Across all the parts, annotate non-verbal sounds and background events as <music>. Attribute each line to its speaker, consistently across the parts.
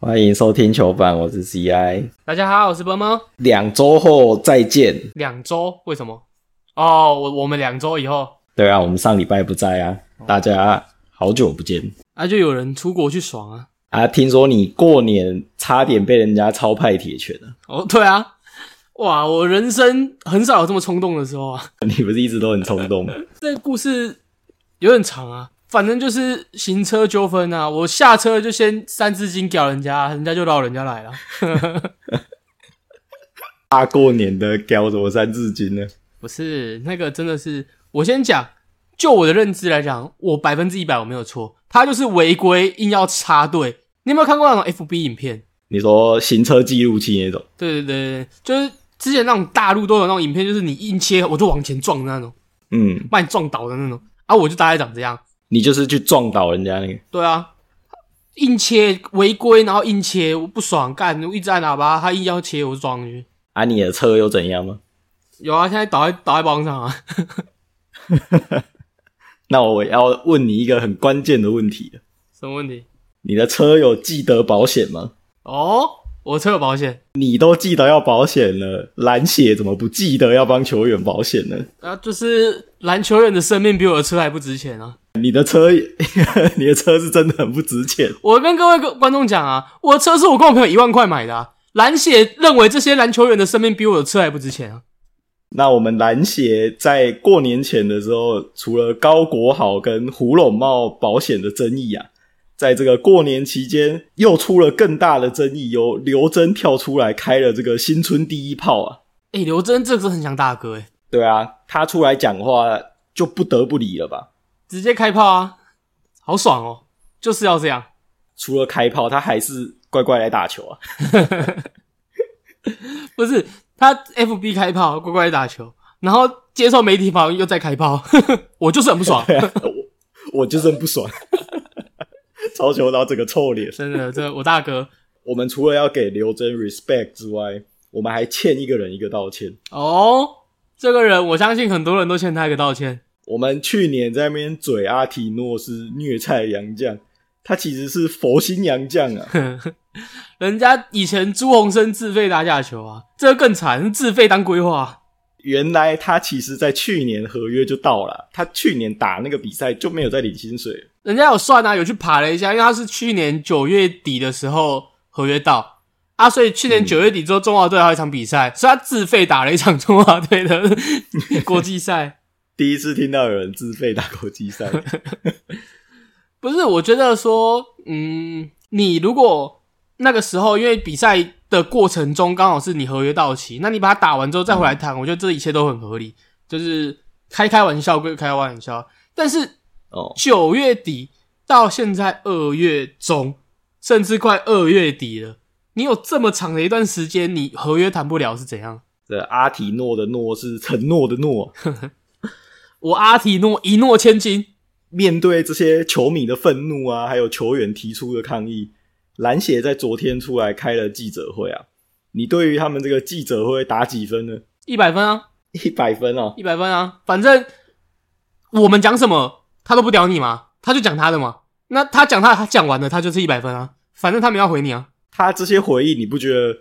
Speaker 1: 欢迎收听球板，我是 CI。
Speaker 2: 大家好，我是波波。
Speaker 1: 两周后再见。
Speaker 2: 两周为什么？哦，我我们两周以后
Speaker 1: 对啊，我们上礼拜不在啊，大家好久不见
Speaker 2: 啊，就有人出国去爽啊。
Speaker 1: 啊！听说你过年差点被人家超派铁拳啊？ <laughs>
Speaker 2: 哦，对啊，哇，我人生很少有这么冲动的时候啊。
Speaker 1: 你不是一直都很冲动吗？
Speaker 2: 这故事有点长啊，反正就是行车纠纷啊。我下车就先三字经屌人家，人家就绕人家来了。
Speaker 1: 大过年的叼什么三字经呢？
Speaker 2: 不是那个，真的是我先讲，就我的认知来讲，我百分之一百我没有错，他就是违规硬要插队。你有没有看过那种 FB 影片？
Speaker 1: 你说行车记录器那种，
Speaker 2: 对对对，对就是之前那种大陆都有那种影片，就是你硬切我就往前撞的那种，
Speaker 1: 嗯，
Speaker 2: 把你撞倒的那种啊，我就大概长这样。
Speaker 1: 你就是去撞倒人家那个，
Speaker 2: 对啊，硬切违规，然后硬切，我不爽，干，我一直按喇叭，他硬要切，我就撞上去。
Speaker 1: 啊，你的车又怎样吗？
Speaker 2: 有啊，现在倒在倒在帮上啊，
Speaker 1: 那我要问你一个很关键的问题了
Speaker 2: 什么问题？
Speaker 1: 你的车有记得保险吗？
Speaker 2: 哦，我车有保险
Speaker 1: 你都记得要保险了，蓝血怎么不记得要帮球员保险呢？
Speaker 2: 啊，就是篮球人的生命比我的车还不值钱啊。
Speaker 1: 你的车， <laughs> 你的车是真的很不值钱。
Speaker 2: 我跟各位观众讲啊，我的车是我跟我朋友一万块买的、啊，蓝血认为这些篮球员的生命比我的车还不值钱啊。
Speaker 1: 那我们蓝协在过年前的时候，除了高国豪跟胡拢茂保险的争议啊，在这个过年期间又出了更大的争议，由刘真跳出来开了这个新春第一炮啊。
Speaker 2: 哎、刘真这个很像大哥哎、
Speaker 1: 对啊，他出来讲话就不得不理了吧？
Speaker 2: 直接开炮啊，好爽哦！就是要这样。
Speaker 1: 除了开炮，他还是乖乖来打球啊。
Speaker 2: 不是他 FB 开炮，乖乖打球，然后接受媒体访问又再开炮， <laughs> 我就是很不爽。
Speaker 1: 对啊， <laughs> 我我就是很不爽， <laughs> 超球到整个臭脸。
Speaker 2: 真的，这我大哥
Speaker 1: 我们除了要给刘真 respect 之外，我们还欠一个人一个道歉。
Speaker 2: 哦，这个人我相信很多人都欠他一个道歉。 <laughs>
Speaker 1: 我们去年在那边嘴阿提诺是虐菜洋将，他其实是佛心洋将啊。
Speaker 2: 人家以前朱鸿生自费打假球啊，这个更惨，自费当规划。啊
Speaker 1: 原来他其实在去年合约就到了，他去年打那个比赛就没有再领薪水了。
Speaker 2: 人家有算啊，有去爬了一下，因为他是去年九月底的时候合约到啊，所以去年九月底之后，中华队还有一场比赛，所以他自费打了一场中华队的 <laughs> 国际赛。
Speaker 1: 第一次听到有人自费打国际赛， <laughs>
Speaker 2: 不是，我觉得说，嗯，你如果那个时候因为比赛的过程中刚好是你合约到期，那你把它打完之后再回来谈，我觉得这一切都很合理，就是开开玩笑归开玩笑，但是
Speaker 1: 哦，
Speaker 2: 九月底到现在二月中，甚至快二月底了，你有这么长的一段时间，你合约谈不了是怎样？
Speaker 1: 这阿提诺的诺是承诺的诺。
Speaker 2: 我阿提诺一诺千金，
Speaker 1: 面对这些球迷的愤怒啊，还有球员提出的抗议，篮协在昨天出来开了记者会啊。你对于他们这个记者会打几分呢？ <laughs>
Speaker 2: 一百分啊，
Speaker 1: 一百分哦。
Speaker 2: 一百分啊，反正我们讲什么他都不屌你嘛，他就讲他的嘛。那他讲他他讲完了，他就是一百分啊，反正他们要回你啊。
Speaker 1: 他这些回忆，你不觉得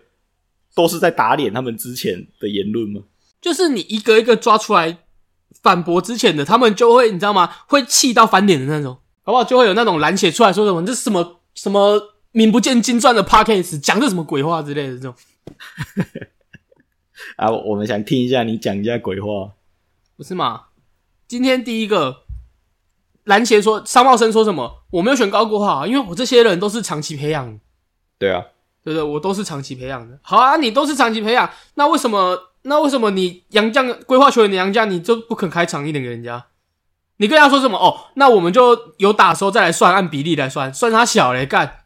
Speaker 1: 都是在打脸他们之前的言论吗？
Speaker 2: 就是你一个一个抓出来反驳之前的，他们就会你知道吗？会气到翻脸的那种，好不好？就会有那种蓝血出来说什么这是什么什么名不见经传的 p o c k e t 讲这什么鬼话之类的这种。
Speaker 1: 啊，我们想听一下你讲一下鬼话。
Speaker 2: 不是嘛？今天第一个篮协说，商报生说什么？我没有选高国豪，啊因为我这些人都是长期培养的，
Speaker 1: 对啊，
Speaker 2: 对不对？我都是长期培养的。好啊，你都是长期培养，那为什么？那为什么你杨将规划球员的杨将，你就不肯开场一点给人家？你跟他说什么？哦，那我们就有打的时候再来算，按比例来算，算他小嘞干。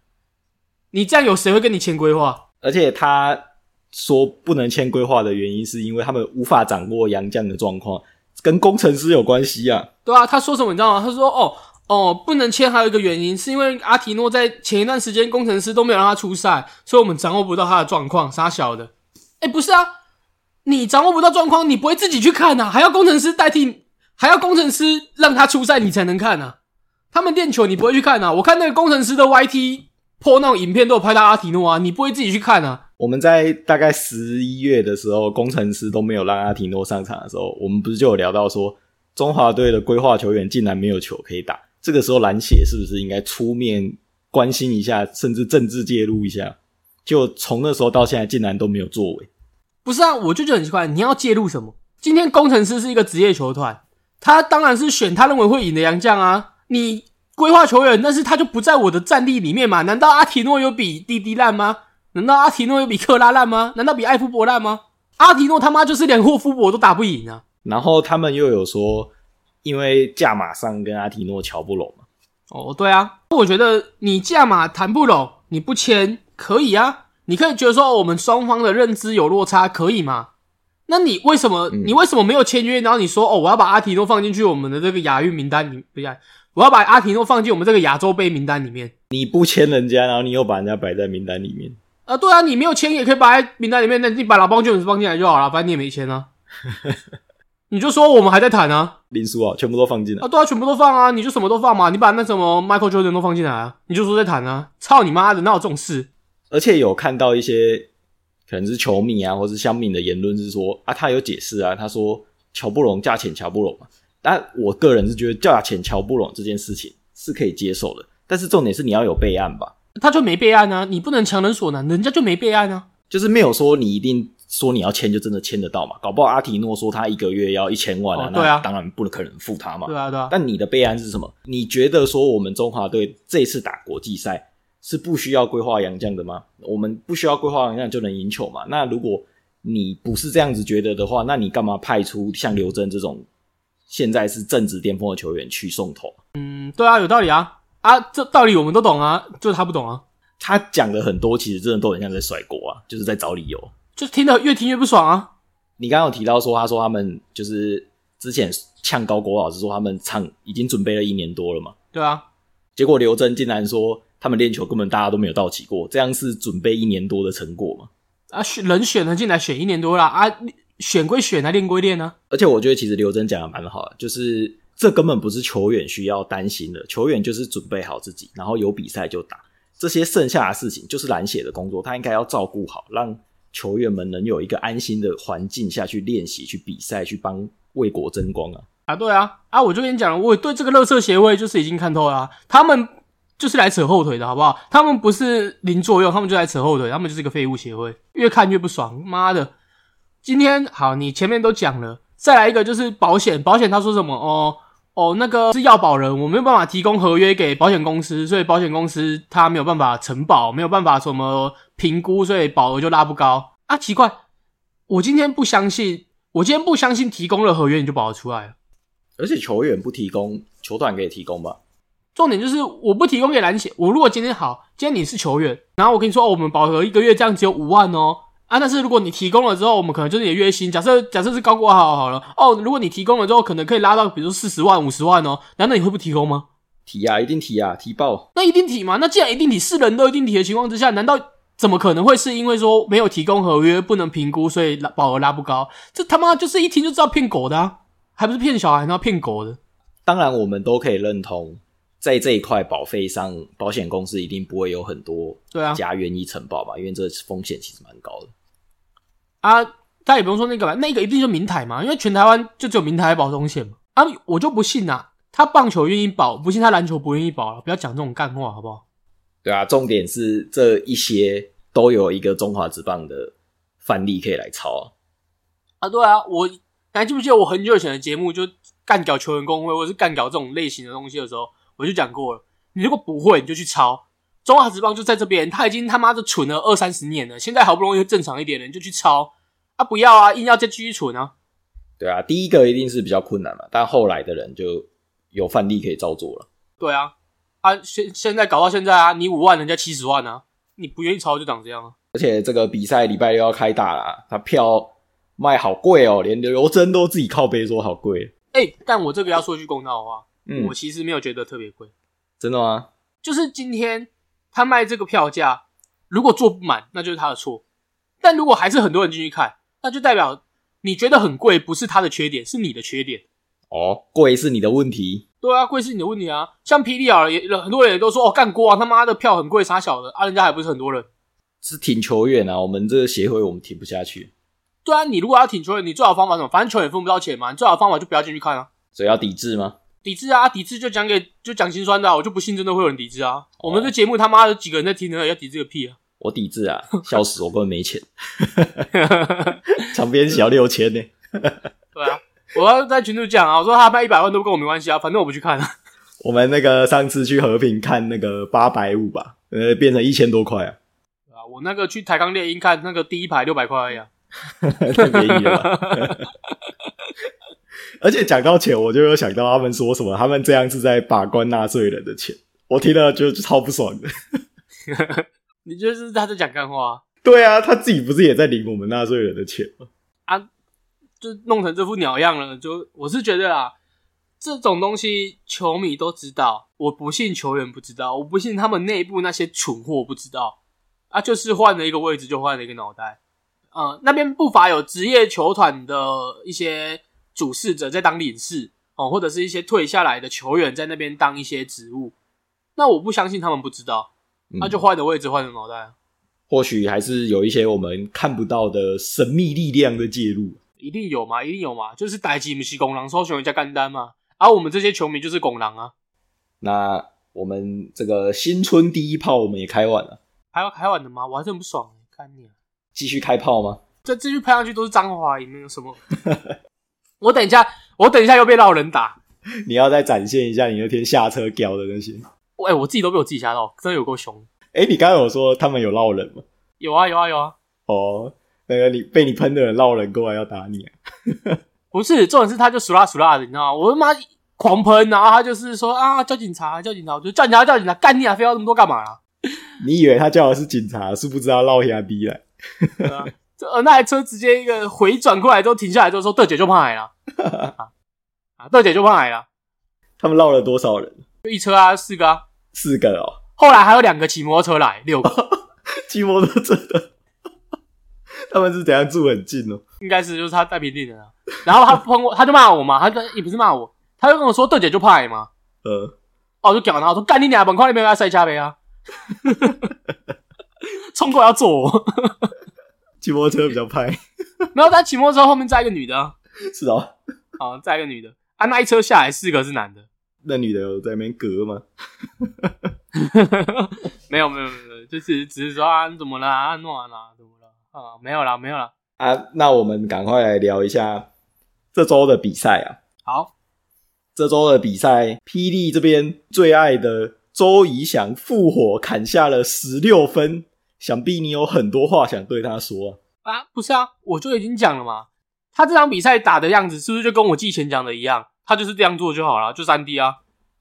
Speaker 2: 你这样有谁会跟你签规划？
Speaker 1: 而且他说不能签规划的原因，是因为他们无法掌握杨绛的状况，跟工程师有关系啊。
Speaker 2: 对啊，他说什么你知道吗？他说哦哦，不能签还有一个原因是因为阿提诺在前一段时间工程师都没有让他出赛，所以我们掌握不到他的状况，傻小的。哎，不是啊，你掌握不到状况，你不会自己去看呐、啊还要工程师代替，还要工程师啊让他出赛，你才能看呐、他们练球你不会去看呐、我看那个工程师的 YT 破那种影片都有拍到阿提诺啊，你不会自己去看啊？
Speaker 1: 我们在大概十一月的时候，工程师都没有让阿提诺上场的时候，我们不是就有聊到说，中华队的规划球员竟然没有球可以打，这个时候篮协是不是应该出面关心一下，甚至政治介入一下？就从那时候到现在，竟然都没有作为。
Speaker 2: 不是啊，我就觉得很奇怪，你要介入什么？今天工程师是一个职业球团，他当然是选他认为会赢的洋将啊。你规划球员，但是他就不在我的战力里面嘛？难道阿提诺有比滴滴烂吗？难道阿提诺有比克拉烂吗？难道比艾夫伯烂吗？阿提诺他妈就是连霍夫伯都打不赢啊！
Speaker 1: 然后他们又有说，因为价码上跟阿提诺瞧不拢嘛，
Speaker 2: 哦，对啊，我觉得你价码谈不拢，你不签可以啊，你可以觉得说、哦我们双方的认知有落差，可以吗？那你为什么、你为什么没有签约？然后你说哦，我要把阿提诺放进去我们的这个亚运名单里，不是亚，我要把阿提诺放进我们这个亚洲杯名单里面
Speaker 1: 你不签人家，然后你又把人家摆在名单里面，
Speaker 2: 啊？对啊，你没有签也可以把他名单里面，那你把老邦俊放进来就好了，反正你也没签啊，你就说我们还在谈啊，
Speaker 1: 林书豪全部都放进来
Speaker 2: 啊，。对啊，全部都放啊，你就什么都放嘛，你把那什么 Michael Jordan 都放进来啊，你就说在谈啊，操你妈的，哪有这种事？
Speaker 1: 而且有看到一些可能是球迷啊，或是乡民的言论是说啊，他有解释啊，他说乔布隆价钱乔布隆嘛。但我个人是觉得价钱乔布隆这件事情是可以接受的，但是重点是你要有备案吧，
Speaker 2: 他就没备案啊，你不能强人所难，人家就没备案啊。
Speaker 1: 就是没有说你一定说你要签就真的签得到嘛，搞不好阿提诺说他一个月要一千万啊，
Speaker 2: 哦对啊
Speaker 1: 那当然不可能付他嘛，
Speaker 2: 对啊，对啊，
Speaker 1: 但你的备案是什么？你觉得说我们中华队这次打国际赛是不需要规划洋将的吗？我们不需要规划洋将就能赢球嘛？那如果你不是这样子觉得的话，那你干嘛派出像刘真这种现在是正值巅峰的球员去送头？
Speaker 2: 嗯，对啊，有道理啊。啊，这道理我们都懂啊，就是他不懂啊，
Speaker 1: 他讲的很多，其实真的都很像在甩锅啊，就是在找理由。
Speaker 2: 就听得越听越不爽啊。
Speaker 1: 你刚刚有提到说，他说他们就是之前呛高国老师说他们唱已经准备了一年多了嘛，
Speaker 2: 对啊，
Speaker 1: 结果刘真竟然说他们练球根本大家都没有到齐过，这样是准备一年多的成果嘛？
Speaker 2: 啊选人选了进来，选一年多了啊，选归选啊，练归练啊。
Speaker 1: 而且我觉得其实刘真讲的蛮好的，就是这根本不是球员需要担心的，球员就是准备好自己，然后有比赛就打，这些剩下的事情就是篮协的工作，他应该要照顾好，让球员们能有一个安心的环境下去练习、去比赛、去帮为国争光啊。
Speaker 2: 啊，对啊，啊，我就跟你讲了，我对这个乐色协会就是已经看透了、啊，他们就是来扯后腿的好不好？他们不是零作用，他们就来扯后腿，他们就是个废物协会，越看越不爽，妈的！今天好，你前面都讲了，再来一个就是保险，保险他说什么？哦哦，那个是要保人，我没有办法提供合约给保险公司，所以保险公司他没有办法承保，没有办法什么评估，所以保额就拉不高啊。奇怪，我今天不相信，我今天不相信提供了合约你就保得出来了。
Speaker 1: 而且球员不提供，球团可以提供吧？
Speaker 2: 重点就是我不提供给篮协。我如果今天好，今天你是球员，然后我跟你说哦，我们保额一个月这样只有五万哦。啊，但是如果你提供了之后，我们可能就是你的月薪。假设假设是高过好好了哦，如果你提供了之后，可能可以拉到比如说四十万、五十万哦。难道你会不提供吗？
Speaker 1: 提啊，一定提啊，提爆！
Speaker 2: 那一定提嘛？那既然一定提，是人都一定提的情况之下，难道怎么可能会是因为说没有提供合约不能评估，所以拉保额拉不高？这他妈就是一听就知道骗狗的、啊，还不是骗小孩，然后骗狗的。
Speaker 1: 当然，我们都可以认同，在这一块保费上，保险公司一定不会有很多
Speaker 2: 对啊，
Speaker 1: 加愿意承保嘛，因为这风险其实蛮高的。
Speaker 2: 啊，他也不用说那个吧，那个一定就明台嘛，因为全台湾就只有明台保中险嘛。啊，我就不信呐、他棒球愿意保，不信他篮球不愿意保了，不要讲这种干话好不好？
Speaker 1: 对啊，重点是这一些都有一个中华职棒的范例可以来抄啊。
Speaker 2: 啊，对啊，我你还记不记得我很久以前的节目，就干掉球员工会或者是干掉这种类型的东西的时候，我就讲过了，你如果不会，你就去抄。中华职棒就在这边，他已经他妈的蠢了二三十年了，现在好不容易正常一点了，你就去抄啊！不要啊，硬要再继续蠢啊！
Speaker 1: 对啊，第一个一定是比较困难嘛，但后来的人就有范例可以照做了。
Speaker 2: 对啊，啊，现现在搞到现在啊，你五万，人家七十万啊，你不愿意抄就长这样啊。
Speaker 1: 而且这个比赛礼拜六要开打啦，他票卖好贵哦，连刘真都自己靠背说好贵。
Speaker 2: 哎、但我这个要说句公道话，
Speaker 1: 嗯
Speaker 2: 我，其实没有觉得特别贵，
Speaker 1: 真的吗？
Speaker 2: 就是今天他卖这个票价，如果做不满，那就是他的错；但如果还是很多人进去看，那就代表你觉得很贵，不是他的缺点，是你的缺点。
Speaker 1: 哦，贵是你的问题，
Speaker 2: 对啊，贵是你的问题啊。像霹雳啊，也很多人也都说哦，干锅啊，他妈的票很贵，傻小的啊，人家还不是很多人。
Speaker 1: 是挺球员啊。我们这个协会我们挺不下去，
Speaker 2: 对啊，你如果要挺球员，你最好的方法是什么？反正球员分不到钱嘛，你最好的方法就不要进去看啊。
Speaker 1: 所以要抵制吗？
Speaker 2: 抵制啊，抵制就讲给就讲心酸的、啊，我就不信真的会有人抵制啊。我们这节目他妈的几个人在听呢，要抵制个屁啊！
Speaker 1: 我抵制啊，笑死，我根本没钱， <laughs> 场边小六千呢。
Speaker 2: 对啊， <laughs> 我要在群主讲啊，我说他卖一百万都跟我没关系啊，反正我不去看啊。
Speaker 1: 我们那个上次去和平看那个八百五吧，呃，变成一千多块啊， <laughs>
Speaker 2: 对啊，我那个去台钢猎鹰看那个第一排六百块而已啊。
Speaker 1: 太便宜了吧。 <laughs> 而且讲到钱，我就有想到他们说什么，他们这样是在把关纳税人的钱，我听了就超不爽的。
Speaker 2: 你就是他在讲干话啊、
Speaker 1: 对啊，他自己不是也在领我们纳税人的钱吗？
Speaker 2: 就弄成这副鸟样了。就我是觉得啦，这种东西球迷都知道，我不信球员不知道，我不信他们内部那些蠢货不知道啊，就是换了一个位置就换了一个脑袋。呃，那边不乏有职业球团的一些主事者在当领事哦、或者是一些退下来的球员在那边当一些职务。那我不相信他们不知道，那、啊就
Speaker 1: 嗯
Speaker 2: 换的位置换的脑袋啊，
Speaker 1: 或许还是有一些我们看不到的神秘力量的介入。
Speaker 2: 一定有嘛，一定有嘛，就是逮鸡不是拱狼，搜寻人家干单嘛。而、啊、我们这些球迷就是拱狼啊。
Speaker 1: 那我们这个新春第一炮我们也开完了，
Speaker 2: 还要还晚的吗？我还真很不爽、欸，看你、啊，
Speaker 1: 继续开炮吗？
Speaker 2: 这继续拍上去都是脏话，也没有什么。我等一下，我等一下又被老人打，
Speaker 1: 你要再展现一下你那天下车屌的那些。
Speaker 2: 我哎、我自己都被我自己吓到，真的有够凶。
Speaker 1: 哎、你刚刚有说他们有闹人吗？
Speaker 2: 有啊有啊有啊，
Speaker 1: 哦，那个你被你喷的人闹人过来要打你、啊，
Speaker 2: 不是，重点是他就熟辣熟辣的，你知道吗？我他妈狂喷，然后他就是说啊叫警察叫警察，我就叫警察叫警察，干你啊，非要那么多干嘛啦、
Speaker 1: 你以为他叫的是警察，是不知道闹瞎逼来。
Speaker 2: 对啊？这呃那台车直接一个回转过来之后停下来之后说豆姐就怕来了啊啊豆姐就怕来了，
Speaker 1: 他们闹了多少人？
Speaker 2: 就一车啊四个啊，
Speaker 1: 四个哦， <laughs>
Speaker 2: 后来还有两个骑摩托车来六个。
Speaker 1: 骑摩托车的， <laughs> 他们是怎样住很近哦？
Speaker 2: 应该是就是他带评定的啦。 <laughs> 然后他喷我，他就骂我嘛，他就也不是骂我，他就跟我说豆姐就怕你嘛，
Speaker 1: 呃，
Speaker 2: 哦我就屌他，我说干你娘，本快那边要塞加杯啊， <laughs> 冲过来要揍我。 <laughs>
Speaker 1: 骑摩托车比较派， <laughs>
Speaker 2: 然后他骑摩托车后面载一个女的啊，
Speaker 1: 是哦。
Speaker 2: 啊载一个女的啊，那一车下来四个是男的， <laughs>
Speaker 1: 那女的有在那边隔吗？
Speaker 2: 没有没有没有没有，就是只是说啊你怎么啦啊暖啦怎么了啊没有啦没有啦，
Speaker 1: 啊，那我们赶快来聊一下这周的比赛啊。
Speaker 2: 好
Speaker 1: 这周的比赛，霹雳这边最爱的周怡翔复活，砍下了十六分。想必你有很多话想对他说、啊。
Speaker 2: 啊不是啊，我就已经讲了嘛，他这场比赛打的样子是不是就跟我季前讲的一样？他就是这样做就好了，就三 D 啊。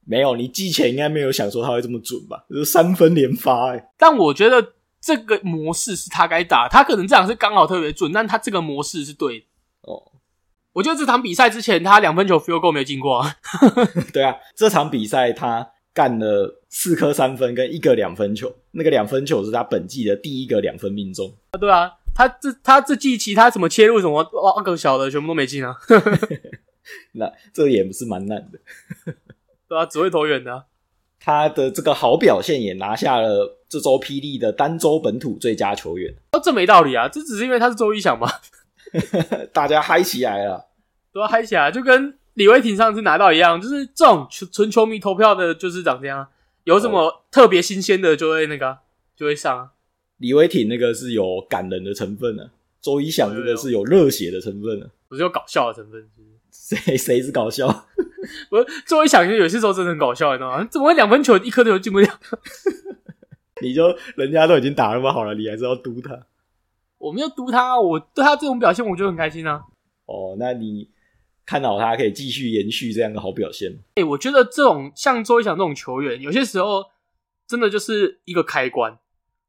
Speaker 1: 没有，你季前应该没有想说他会这么准吧？就是三分连发、欸， <laughs>
Speaker 2: 但我觉得这个模式是他该打，他可能这场是刚好特别准，但他这个模式是对的。
Speaker 1: 哦，
Speaker 2: 我觉得这场比赛之前他两分球 field goal 没有进过、啊， <laughs>
Speaker 1: 对啊，这场比赛他干了四颗三分跟一个两分球，那个两分球是他本季的第一个两分命中。
Speaker 2: 他这他这季其他什么切入什么挖个小的全部都没进啊， <laughs>
Speaker 1: 那这也不是蛮难的。
Speaker 2: 对啊，只会投远的啊、
Speaker 1: 他的这个好表现也拿下了这周霹雳的单周本土最佳球员， <laughs>
Speaker 2: 哦，这没道理啊，这只是因为他是周一翔吧？
Speaker 1: 大家嗨起来了。
Speaker 2: <laughs> 对啊，嗨起来就跟李威霆上次拿到一样，就是这种纯纯球迷投票的，就是长这样啊，有什么特别新鲜的就会那个啊、就会上啊，
Speaker 1: 李威霆那个是有感人的成分呢、啊周一翔这个是有热血的成分呢、
Speaker 2: 不是有搞笑的成分。就是
Speaker 1: 谁谁是搞笑？ <laughs>
Speaker 2: 我周一翔有些时候真的很搞笑，你知道吗？怎么会两分球一颗球进不了？
Speaker 1: 你就人家都已经打那么好了，你还是要嘟他
Speaker 2: 我没有读他，我对他这种表现我就很开心啊。
Speaker 1: 哦？那你看好他可以继续延续这样的好表现吗？
Speaker 2: 哎、我觉得这种像周一翔这种球员，有些时候真的就是一个开关，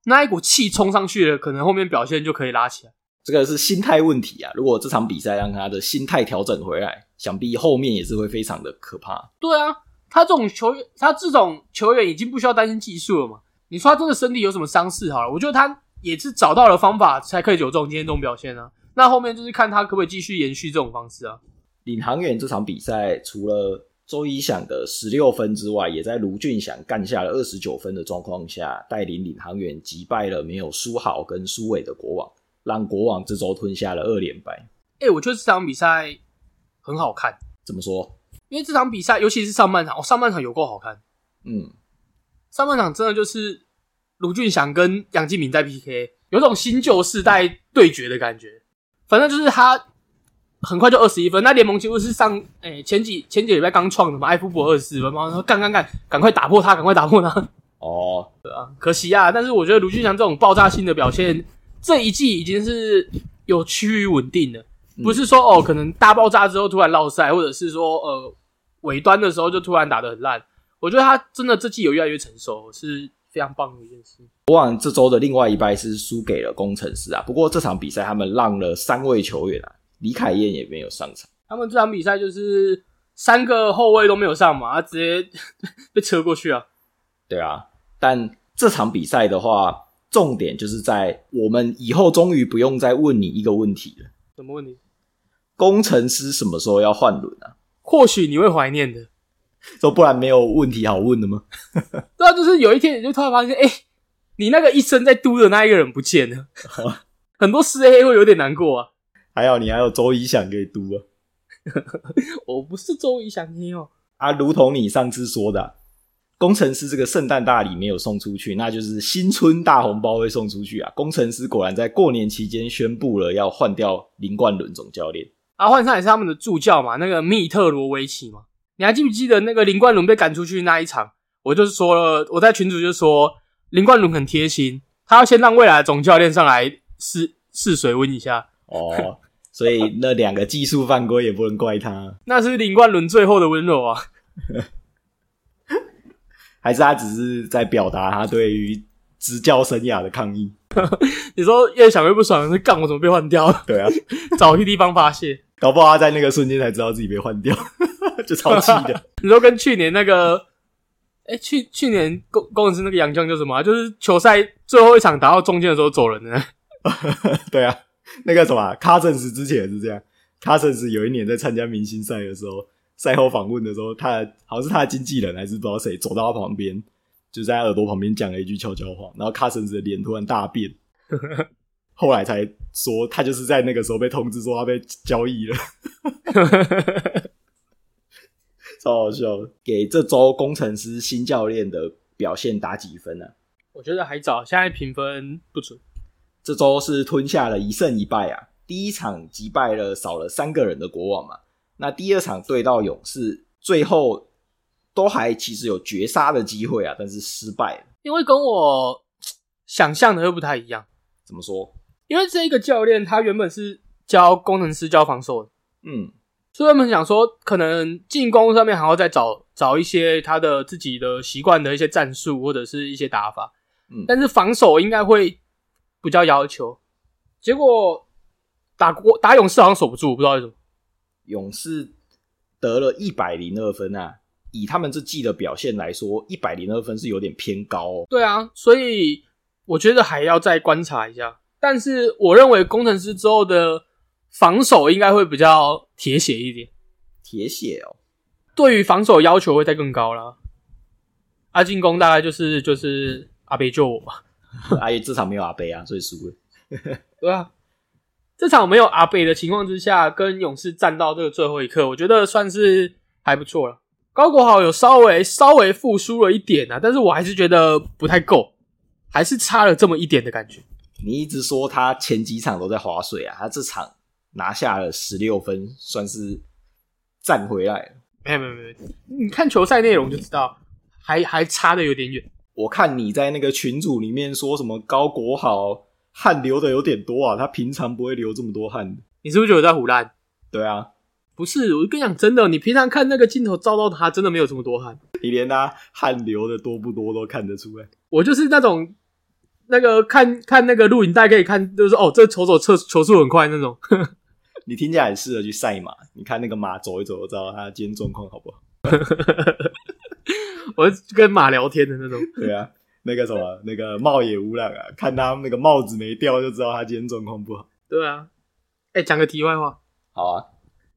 Speaker 2: 那一股气冲上去了，可能后面表现就可以拉起来。
Speaker 1: 这个是心态问题啊！如果这场比赛让他的心态调整回来，想必后面也是会非常的可怕。
Speaker 2: 对啊，他这种球员，他这种球员已经不需要担心技术了嘛。你说他真的身体有什么伤势好了，我觉得他也是找到了方法才可以有这种今天这种表现啊。那后面就是看他可不可以继续延续这种方式啊。
Speaker 1: 领航员这场比赛除了周一翔的十六分之外，也在卢俊祥干下了二十九分的状况下，带领领航员击败了没有输好跟输尾的国王，让国王这周吞下了二连败。
Speaker 2: 哎、我觉得这场比赛很好看，
Speaker 1: 怎么说？
Speaker 2: 因为这场比赛尤其是上半场，哦，上半场有够好看，
Speaker 1: 嗯，
Speaker 2: 上半场真的就是卢俊祥跟杨敬敏在 PK，有种新旧世代对决的感觉。反正就是他很快就二十一分，那联盟几乎是上哎、前几前几个礼拜刚创的嘛，艾夫伯二十四分嘛，然后干干干，赶快打破他，赶快打破他。
Speaker 1: 哦，
Speaker 2: 可惜啊，但是我觉得卢俊祥这种爆炸性的表现，这一季已经是有趋于稳定了，不是说哦，可能大爆炸之后突然落赛，或者是说呃尾端的时候就突然打得很烂。我觉得他真的这季有越来越成熟，是非常棒的一件事。
Speaker 1: 国王这周的另外一败是输给了工程师啊，不过这场比赛他们让了三位球员啊，李凯燕也没有上场。
Speaker 2: 他们这场比赛就是三个后卫都没有上嘛，他直接 <laughs> 被车过去啊。
Speaker 1: 对啊，但这场比赛的话，重点就是在我们以后终于不用再问你一个问题了：
Speaker 2: 什么问题？
Speaker 1: 工程师什么时候要换轮啊？
Speaker 2: 或许你会怀念的。
Speaker 1: 说不然没有问题好问的吗？
Speaker 2: 对啊，就是有一天你就突然发现，哎、你那个一生在嘟的那一个人不见了，很多四 A 会有点难过啊。
Speaker 1: 还有你还有周一想可以读啊
Speaker 2: 我不是周瑜翔天哦，
Speaker 1: 啊，如同你上次说的啊、工程师这个圣诞大礼没有送出去，那就是新春大红包会送出去啊。工程师果然在过年期间宣布了要换掉林冠伦总教练。
Speaker 2: 阿啊换上也是他们的助教嘛，那个密特罗维奇嘛。你还记不记得那个林冠伦被赶出去那一场？我就是说了，我在群主就说林冠伦很贴心，他要先让未来的总教练上来试试水温一下。
Speaker 1: 哦，所以那两个技术犯规也不能怪他，
Speaker 2: 那是林冠伦最后的温柔啊！
Speaker 1: 还是他只是在表达他对于执教生涯的抗议。
Speaker 2: 你说越想越不爽，是干我怎么被换掉 <laughs> 了？
Speaker 1: 对啊，
Speaker 2: 找一个地方发泄。
Speaker 1: 搞不好他在那个瞬间才知道自己被换掉， <laughs> 就超气的。
Speaker 2: 你说跟去年那个，哎、去去年工工程师那个杨将叫什么啊、就是球赛最后一场打到中间的时候走人的。
Speaker 1: <laughs>
Speaker 2: <laughs>
Speaker 1: 对啊，那个什么 Cousins 之前也是这样，Cousins 有一年在参加明星赛的时候，赛后访问的时候，他的好像是他的经纪人还是不知道谁走到他旁边，就在他耳朵旁边讲了一句悄悄话，然后 Cousins 的脸突然大变，后来才说他就是在那个时候被通知说他被交易了。超好笑的。给这周工程师新教练的表现打几分啊呢、
Speaker 2: 我觉得还早，现在评分不准。
Speaker 1: 这周是吞下了一胜一败啊，第一场击败了少了三个人的国王嘛，那第二场对到勇士，最后都还其实有绝杀的机会啊，但是失败了。
Speaker 2: 因为跟我想象的又不太一样。
Speaker 1: 怎么说？
Speaker 2: 因为这个教练他原本是教工程师教防守的，
Speaker 1: 嗯，
Speaker 2: 所以他们想说，可能进攻上面还要再找找一些他的自己的习惯的一些战术或者是一些打法，
Speaker 1: 嗯
Speaker 2: 但是防守应该会比较要求。结果打国打勇士好像守不住，不知道为什么。
Speaker 1: 勇士得了一百零二分啊，以他们这季的表现来说，一百零二分是有点偏高哦。
Speaker 2: 对啊，所以我觉得还要再观察一下。但是我认为工程师之后的防守应该会比较铁血一点，
Speaker 1: 铁血哦， <laughs>
Speaker 2: 对于防守要求会再更高啦。啊，进攻大概就是就是阿北救我吧。
Speaker 1: 哎，这场没有阿贝啊，所以输了。
Speaker 2: 对啊，这场没有阿北的情况之下，跟勇士战到这个最后一刻，我觉得算是还不错了。高国豪有稍微稍微复苏了一点啊，但是我还是觉得不太够，还是差了这么一点的感觉。
Speaker 1: 你一直说他前几场都在划水啊，他这场拿下了十六分，算是站回来了。
Speaker 2: 没有没有没有，你看球赛内容就知道，还还差的有点远。
Speaker 1: 我看你在那个群组里面说什么高国豪汗流的有点多啊，他平常不会流这么多汗的。
Speaker 2: 你是不是觉得我在胡乱？
Speaker 1: 对啊，
Speaker 2: 不是，我跟你讲真的，你平常看那个镜头照到他，真的没有这么多汗。
Speaker 1: 你连他汗流的多不多都看得出来。
Speaker 2: 我就是那种那个看看那个录影带可以看，就是哦，这球手测球速很快那种。
Speaker 1: 你听起来很适合去赛马，你看那个马走一走，就知道他今天状况好不好。
Speaker 2: 我就跟马聊天的那种。
Speaker 1: 对啊，那个什么那个茂野无染啊，看他那个帽子没掉就知道他今天状况不好。
Speaker 2: 对啊，哎、讲个题外话，
Speaker 1: 好啊，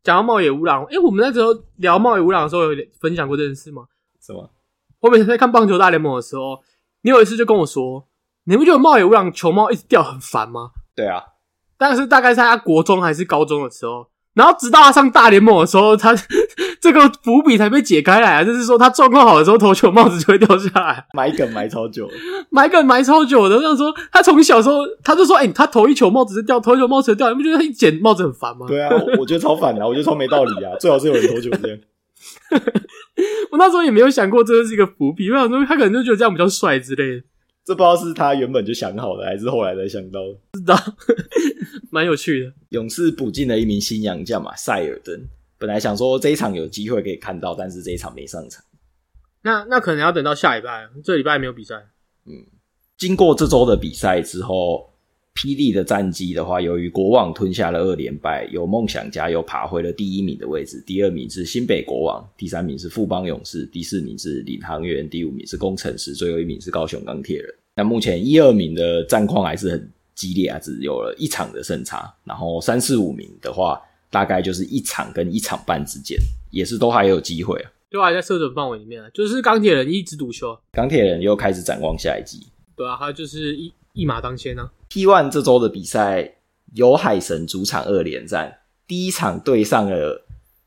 Speaker 2: 讲到茂野无郎，诶、我们那时候聊茂野无郎的时候有分享过这件事吗？
Speaker 1: 什么？
Speaker 2: 我每次在看棒球大联盟的时候，你有一次就跟我说，你不觉得茂野无郎球帽一直掉很烦吗？
Speaker 1: 对啊，
Speaker 2: 但是大概是他国中还是高中的时候，然后直到他上大联盟的时候，他 <laughs> 这个伏笔才被解开来啊，就是说他状况好的时候，投球帽子就会掉下来，
Speaker 1: 埋梗埋超久了，
Speaker 2: 埋梗埋超久的。我想说，他从小时候他就说，哎、他投一球帽子就掉，投一球帽子就掉，你不觉得他一捡帽子很烦吗？
Speaker 1: 对啊，我我觉得超反的啊、我觉得超没道理啊，最好是有人投球这样。
Speaker 2: 我那时候也没有想过这是一个伏笔，我想说他可能就觉得这样比较帅之类的，
Speaker 1: 这不知道是他原本就想好的，还是后来才想到的。
Speaker 2: 蛮有趣的。
Speaker 1: 勇士补进了一名新洋将嘛，塞尔登。本来想说这一场有机会可以看到，但是这一场没上场。
Speaker 2: 那那可能要等到下礼拜，这礼拜没有比赛。
Speaker 1: 经过这周的比赛之后，霹雳的战绩的话，由于国王吞下了二连败，由梦想家又爬回了第一名的位置，第二名是新北国王，第三名是富邦勇士，第四名是领航员，第五名是工程师，最后一名是高雄钢铁人。那目前 E 一二名的战况还是很激烈啊，只有了一场的胜差。然后三四五名的话，大概就是一场跟一场半之间，也是都还有机会啊。
Speaker 2: 对啊，在射准范围里面啊，就是钢铁人一枝独秀啊，
Speaker 1: 钢铁人又开始展望下一季，
Speaker 2: 对啊，他就是一一马当先啊。
Speaker 1: T One 这周的比赛由海神主场二连战，第一场对上了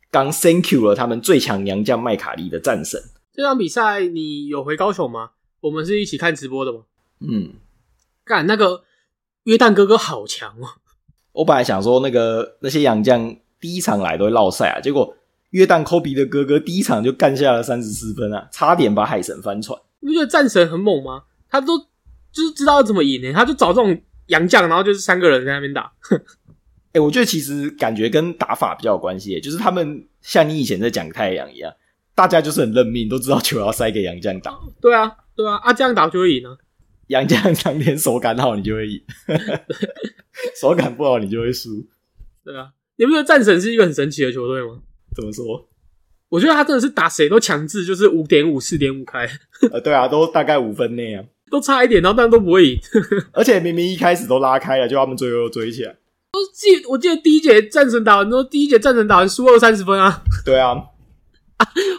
Speaker 1: 刚 Thank you 了他们最强洋将麦卡利的战神。
Speaker 2: 这场比赛你有回高雄吗？我们是一起看直播的吗？
Speaker 1: 嗯，
Speaker 2: 干那个约旦哥哥好强哦！
Speaker 1: 我本来想说那个那些洋将第一场来都会落赛啊，结果约旦科比的哥哥第一场就干下了三十四分啊，差点把海神翻船。
Speaker 2: 你不觉得战神很猛吗？他都就是知道要怎么赢呢，欸他就找这种洋将，然后就是三个人在那边打。
Speaker 1: 哎、我觉得其实感觉跟打法比较有关系，就是他们像你以前在讲太阳一样，大家就是很认命，都知道球要塞给洋将打，
Speaker 2: 对啊，对啊，啊这样打就会赢啊。
Speaker 1: 杨将当天手感好，你就会赢； <laughs> 手感不好，你就会输。
Speaker 2: 对啊，你不觉得战神是一个很神奇的球队吗？
Speaker 1: 怎么说？
Speaker 2: 我觉得他真的是打谁都强制，就是五点五、四点五开，
Speaker 1: 呃，对啊，都大概五分内啊，
Speaker 2: 都差一点，然后但都不会赢。
Speaker 1: 而且明明一开始都拉开了，就他们最后又追起来。
Speaker 2: 我记我记得第一节战神打完之后，第一节战神打完输二三十分啊， <laughs>
Speaker 1: 对啊，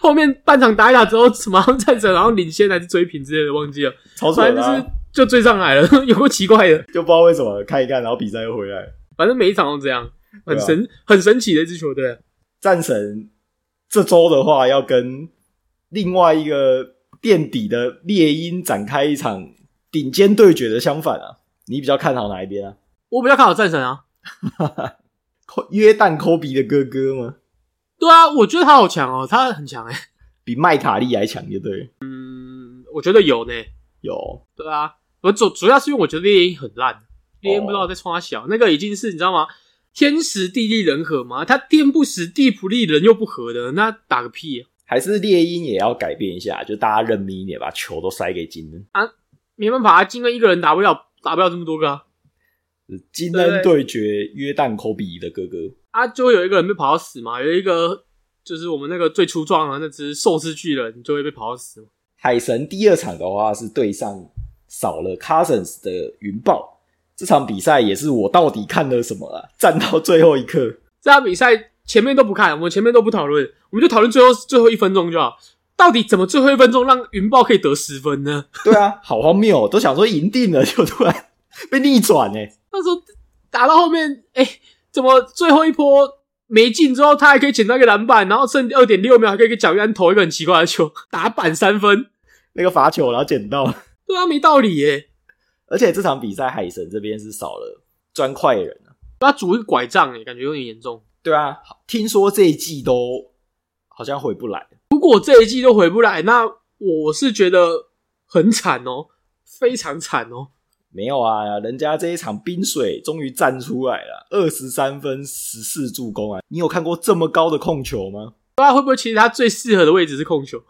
Speaker 2: 后面半场打一打之后，什么好像战神然后领先还是追平之类的，忘记了。
Speaker 1: 超
Speaker 2: 反
Speaker 1: 准
Speaker 2: 正
Speaker 1: 的、
Speaker 2: 就是
Speaker 1: 啊，
Speaker 2: 就追上来了， <laughs> 有够奇怪的。
Speaker 1: 就不知道为什么看一看，然后比赛又回来了。
Speaker 2: 反正每一场都这样，很
Speaker 1: 对啊
Speaker 2: 神、很神奇的一支球队。
Speaker 1: 战神这周的话，要跟另外一个垫底的猎鹰展开一场顶尖对决的相反啊。你比较看好哪一边啊？
Speaker 2: 我比较看好战神啊，
Speaker 1: 约旦科比的哥哥吗？
Speaker 2: 对啊，我觉得他好强哦，他很强哎、
Speaker 1: 比麦卡利还强，就对了。
Speaker 2: 嗯我觉得有呢。
Speaker 1: 有
Speaker 2: 对啊，我主主要是因为我觉得猎鹰很烂，猎鹰不知道在冲他小，那个已经是你知道吗？天时地利人和嘛，他天不时地不利人又不和的，那打个屁啊！
Speaker 1: 还是猎鹰也要改变一下，就大家认命一点，把球都塞给金恩。
Speaker 2: 没办法啊，金恩一个人打不了，打不了这么多个啊，
Speaker 1: 金
Speaker 2: 对
Speaker 1: 恩对决约旦科比的哥哥，
Speaker 2: 啊就会有一个人被跑到死嘛，有一个就是我们那个最粗壮的那只寿司巨人就会被跑到死嘛。
Speaker 1: 海神第二场的话是对上少了 Cousins 的云豹。这场比赛也是我到底看了什么啊？战到最后一刻，
Speaker 2: 这场比赛前面都不看，我们前面都不讨论，我们就讨论最后最后一分钟就好。到底怎么最后一分钟让云豹可以得十分呢？
Speaker 1: 对啊， <laughs> 好荒谬、哦，都想说赢定了，就突然被逆转哎、
Speaker 2: 那时候打到后面，哎、怎么最后一波没进之后，他还可以捡到一个篮板，然后剩二点六秒还可以给蒋玉安投一个很奇怪的球，打板三分，
Speaker 1: 那个罚球然后捡到，
Speaker 2: 对啊，没道理耶、
Speaker 1: 而且这场比赛海神这边是少了砖块人啊。
Speaker 2: 他拄一个拐杖、哎，感觉有点严重。
Speaker 1: 对啊，听说这一季都好像回不来。
Speaker 2: 如果这一季都回不来，那我是觉得很惨哦、非常惨哦、
Speaker 1: 没有啊，人家这一场冰水终于站出来了，二十三分十四助攻啊！你有看过这么高的控球吗？
Speaker 2: 不知啊道会不会其实他最适合的位置是控球，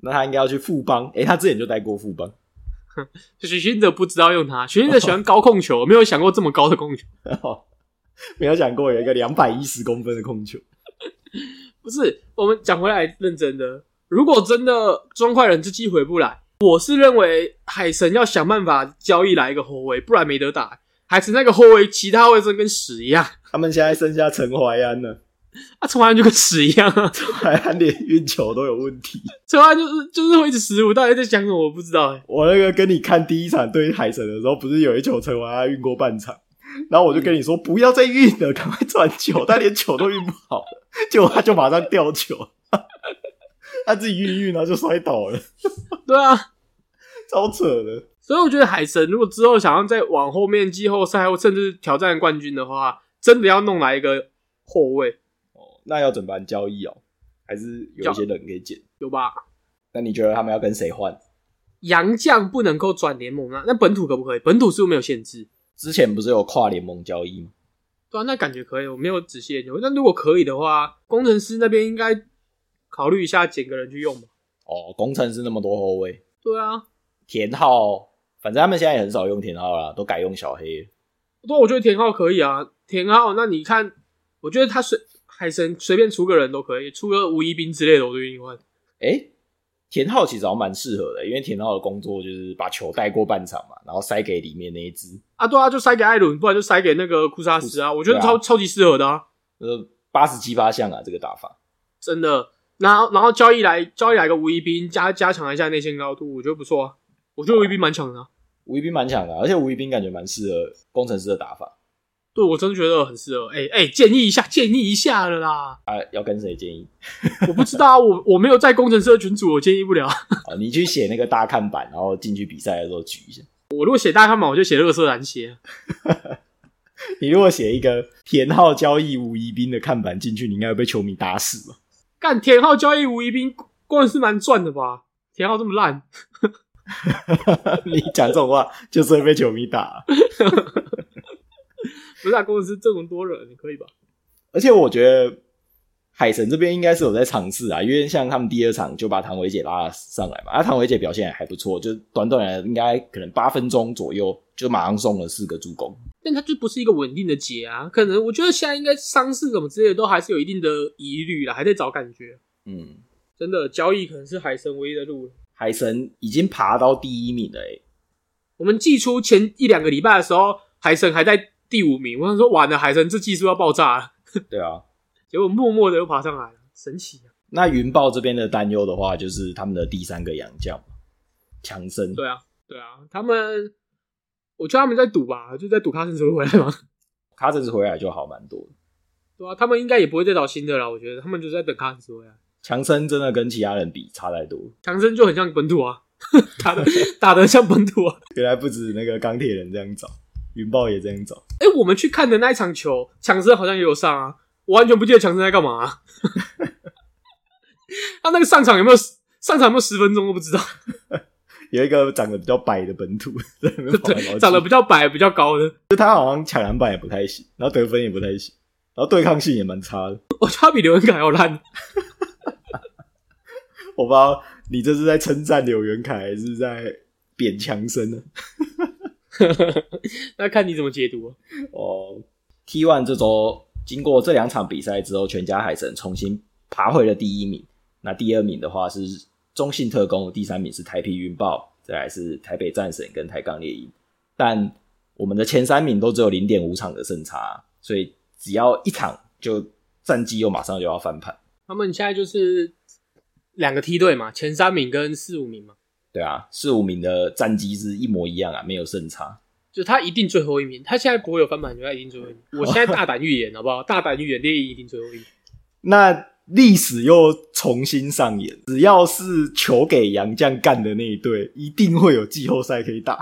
Speaker 1: 那他应该要去富邦，诶、他之前就待过富邦，
Speaker 2: 许昕哲不知道用他，许昕哲喜欢高控球，我没有想过这么高的控球。
Speaker 1: 没有想过有一个两百一十公分的控球。
Speaker 2: 不是，我们讲回来认真的，如果真的砖块人这季回不来，我是认为海神要想办法交易来一个后卫，不然没得打。海神那个后卫，其他后卫真的跟屎一样。
Speaker 1: 他们现在剩下陈怀安了，
Speaker 2: 他陈汉就跟屎一样啊！ <laughs>
Speaker 1: 还他连运球都有问题。
Speaker 2: 陈汉就是就是会一直失误，到底在想什么我不知道哎、
Speaker 1: 我那个跟你看第一场对海神的时候，不是有一球陈完他运过半场，然后我就跟你说不要再运了，赶快传球，他连球都运不好了，结果他就马上掉球，他自己运一运然后就摔倒了，
Speaker 2: 对啊，
Speaker 1: 超扯的。
Speaker 2: 所以我觉得海神如果之后想要再往后面季后赛或甚至挑战冠军的话，真的要弄来一个后卫，
Speaker 1: 哦那要怎么办？交易哦，还是有一些人可以捡？
Speaker 2: 有吧？
Speaker 1: 那你觉得他们要跟谁换？
Speaker 2: 洋将不能够转联盟啊，那本土可不可以？本土是不是没有限制？
Speaker 1: 之前不是有跨联盟交易吗？
Speaker 2: 对啊，那感觉可以，我没有仔细研究。那如果可以的话，工程师那边应该考虑一下捡个人去用吧。
Speaker 1: 哦，工程师那么多后卫，
Speaker 2: 对啊，
Speaker 1: 田浩，反正他们现在也很少用田浩啦，都改用小黑了。
Speaker 2: 对啊，我觉得田浩可以啊，田浩，那你看，我觉得他随海神随便出个人都可以，出个吴一斌之类的我都愿意换。
Speaker 1: 哎、田浩其实好像蛮适合的，因为田浩的工作就是把球带过半场嘛，然后塞给里面那一只，
Speaker 2: 啊，对啊，就塞给艾伦，不然就塞给那个库萨斯啊，我觉得
Speaker 1: 对啊
Speaker 2: 超、超级适合的啊，
Speaker 1: 呃，八十七八项啊，这个打法。
Speaker 2: 真的。然后然后交易来交易来个吴一斌，加加强一下内线高度，我觉得不错啊。我觉得吴一斌蛮强的、啊，
Speaker 1: 吴一斌蛮强的啊，而且吴一斌感觉蛮适合工程师的打法
Speaker 2: 对我真的觉得很适合。哎、哎、建议一下，建议一下了啦。
Speaker 1: 啊。要跟谁建议？
Speaker 2: 我不知道啊，我我没有在工程师的群组，我建议不了。
Speaker 1: 啊，你去写那个大看板，然后进去比赛的时候举一下。
Speaker 2: 我如果写大看板，我就写乐色篮鞋。
Speaker 1: 你如果写一个田浩交易吴一斌的看板进去，你应该会被球迷打死吧？ <laughs>
Speaker 2: 干田浩交易吴一斌，工程师蛮赚的吧？田浩这么烂，
Speaker 1: 你讲这种话就是会被球迷打。
Speaker 2: 不是啊，工程师这么多人，你可以吧？
Speaker 1: 而且我觉得海神这边应该是有在尝试啊，因为像他们第二场就把唐维姐拉上来嘛，啊，唐维姐表现也还不错，就短短的应该可能八分钟左右就马上送了四个助攻。
Speaker 2: 但他就不是一个稳定的解啊，可能我觉得现在应该伤势什么之类的都还是有一定的疑虑啦，还在找感觉。
Speaker 1: 嗯，
Speaker 2: 真的，交易可能是海神唯一的路了。
Speaker 1: 海神已经爬到第一名了、欸，
Speaker 2: 我们寄出前一两个礼拜的时候，海神还在第五名，我想说完了，海神这技术要爆炸了，
Speaker 1: 对啊。
Speaker 2: 结果默默的又爬上来了，神奇啊！
Speaker 1: 那云豹这边的担忧的话，就是他们的第三个洋将强森，
Speaker 2: 对啊，对啊，他们，我觉得他们在赌吧，就在赌卡森怎么回来嘛。 <laughs>
Speaker 1: 卡这次回来就好蛮多的。
Speaker 2: 对啊，他们应该也不会再找新的了，我觉得他们就在等卡森回来。
Speaker 1: 强森真的跟其他人比差太多了，
Speaker 2: 强森就很像本土啊， <laughs> 打的打的像本土啊。
Speaker 1: 原来不止那个钢铁人这样找，云豹也这样找。
Speaker 2: 哎、我们去看的那一场球，强森好像也有上啊，我完全不记得强森在干嘛啊、 <laughs> 他那个上场有没有上场有没有十分钟都不知道，
Speaker 1: 有一个长得比较白的本土， <laughs> 在那边跑来跑去
Speaker 2: 对，长得比较白、比较高的， <laughs>
Speaker 1: 就他好像抢篮板也不太行，然后得分也不太行，然后对抗性也蛮差的。
Speaker 2: 我觉得他比刘恩凯还要烂。 <laughs>
Speaker 1: 我不知道你这是在称赞柳元凯，还是在贬强森呢？
Speaker 2: 那看你怎么解读、啊。
Speaker 1: 哦，T One 这周经过这两场比赛之后，全家海神重新爬回了第一名。那第二名的话是中信特工，第三名是台啤云豹，再来是台北战神跟台钢猎鹰。但我们的前三名都只有零点五场的胜差，所以只要一场就战绩又马上就要翻盘。
Speaker 2: 他们现在就是两个梯队嘛，前三名跟四五名嘛，
Speaker 1: 对啊，四五名的战绩是一模一样啊，没有胜差。
Speaker 2: 就他一定最后一名，他现在不会有翻盘球，他一定最后一名。我现在大胆预言，好不好？大胆预言，猎鹰一定最后一名。
Speaker 1: 那历史又重新上演，只要是球给杨绛干的那一队，一定会有季后赛可以 <laughs> 打。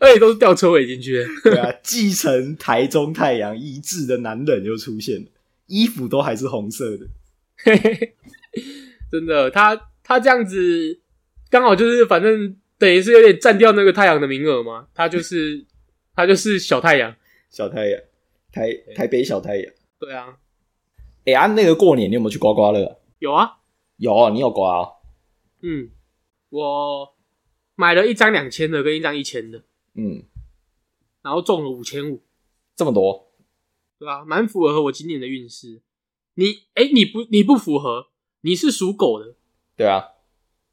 Speaker 2: 而且都是吊车尾进去的，
Speaker 1: 对啊，继承台中太阳遗志的男人又出现了，衣服都还是红色的。
Speaker 2: 真的，他他这样子刚好就是，反正等于是有点占掉那个太阳的名额嘛。他就是他就是小太阳，
Speaker 1: 小太阳，台台北小太阳。
Speaker 2: 对啊，
Speaker 1: 哎、啊，那个过年你有没有去刮刮乐啊？
Speaker 2: 有啊，
Speaker 1: 有哦，你有刮哦。
Speaker 2: 嗯，我买了一张两千的跟一张一千的，
Speaker 1: 嗯，
Speaker 2: 然后中了五千五，
Speaker 1: 这么多。
Speaker 2: 对吧、蛮符合我今年的运势。你哎、你不你不符合，你是属狗的。
Speaker 1: 对啊。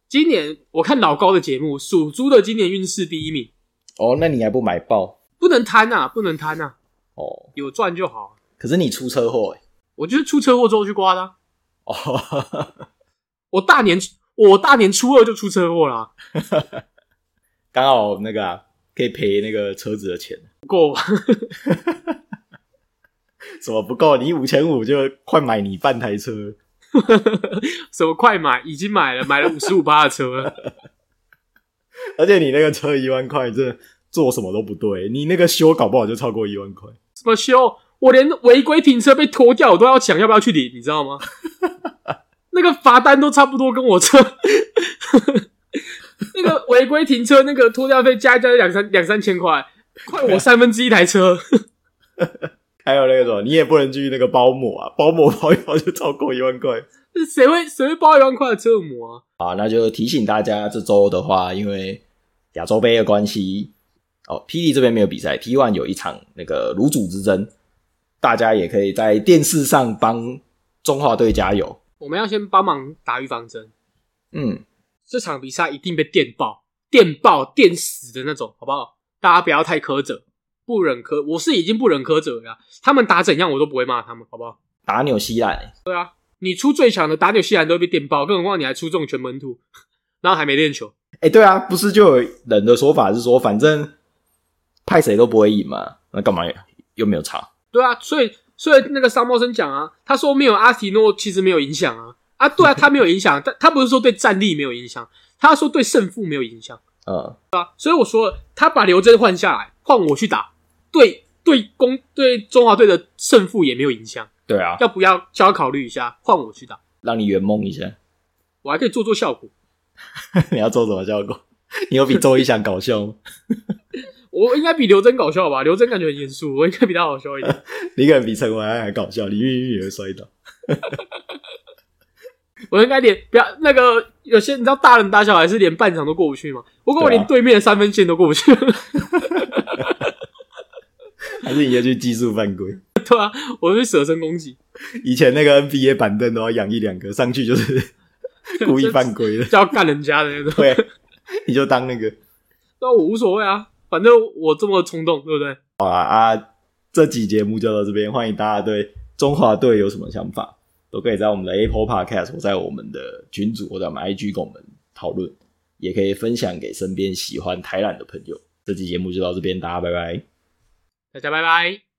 Speaker 2: 今年我看老高的节目，属猪的今年运势第一名，
Speaker 1: 哦，那你还不买爆？
Speaker 2: 不能贪啊，不能贪啊。
Speaker 1: 哦，
Speaker 2: 有赚就好。啊
Speaker 1: 可是你出车祸、欸，
Speaker 2: 我就是出车祸之后去刮的啊、
Speaker 1: 哦，
Speaker 2: 我大年我大年初二就出车祸啊啦，
Speaker 1: 刚好那个啊，可以赔那个车子的钱，<laughs>
Speaker 2: 不够吧？
Speaker 1: 怎么不够？你五千五就快买你半台车，
Speaker 2: 什么快买？已经买了，买了五十五八的车了。
Speaker 1: 而且你那个车一万块，真的做什么都不对，你那个修搞不好就超过一万块。
Speaker 2: 什么修？我连违规停车被拖掉，我都要想要不要去领，你知道吗？那个罚单都差不多跟我车， <laughs> 那个违规停车那个拖掉费加一加就两三两三千块，快我三分之一台车。 <laughs>
Speaker 1: 还有那个什么，你也不能去那个包膜啊，包膜包一包就超过一万块。
Speaker 2: 谁会谁会包一万块的车膜啊？
Speaker 1: 啊，那就提醒大家，这周的话，因为亚洲杯的关系，哦，霹雳这边没有比赛，P One 有一场那个卤煮之争，大家也可以在电视上帮中华队加油。
Speaker 2: 我们要先帮忙打预防针，
Speaker 1: 嗯，
Speaker 2: 这场比赛一定被电爆、电爆、电死的那种，好不好？大家不要太苛责，不忍苛，我是已经不忍苛责了啊。他们打怎样我都不会骂他们，好不好？
Speaker 1: 打纽西兰、欸
Speaker 2: 你出最强的打纽西兰都会被电爆，更何况你还出这种全门突，然后还没练球。
Speaker 1: 哎、对啊，不是就有人的说法是说，反正派谁都不会赢嘛，那干嘛呀？又没有差。
Speaker 2: 对啊，所以所以那个沙漠生讲啊，他说没有阿提诺其实没有影响啊啊，对啊，他没有影响，但他不是说对战力没有影响，他说对胜负没有影响。
Speaker 1: 嗯，
Speaker 2: 所以我说了，他把刘真换下来，换我去打，对对攻对中华队的胜负也没有影响。
Speaker 1: 对啊，
Speaker 2: 要不要稍微考虑一下，换我去打，
Speaker 1: 让你圆梦一下。 <laughs>
Speaker 2: 我还可以做做效果。
Speaker 1: 你要做什么效果？ <laughs> 你有比周一翔搞笑吗？ <laughs>
Speaker 2: 我应该比刘真搞笑吧？刘真感觉很严肃，我应该比他好笑一点。
Speaker 1: 你可能比陈文安还搞笑，你运运也会摔倒。
Speaker 2: 我应该连不要那个有些你知道大人打小孩是连半场都过不去吗？不过我
Speaker 1: 对啊
Speaker 2: 连对面的三分线都过不去， <laughs>
Speaker 1: 还是你要去技术犯规？
Speaker 2: 我就舍身攻击，
Speaker 1: 以前那个 NBA 板凳都要养一两个，上去就是 <laughs> 故意犯规
Speaker 2: <laughs>
Speaker 1: 的。
Speaker 2: 就要干人家的那种。
Speaker 1: 对， <laughs> 你就当那个
Speaker 2: 那我无所谓啊，反正我这么冲动，对不对？
Speaker 1: 这集节目就到这边，欢迎大家对中华队有什么想法，都可以在我们的 Apple Podcast 或在我们的群组或者我们 IG 跟我们讨论，也可以分享给身边喜欢台篮的朋友。这期节目就到这边，大家拜拜。
Speaker 2: 大家拜拜。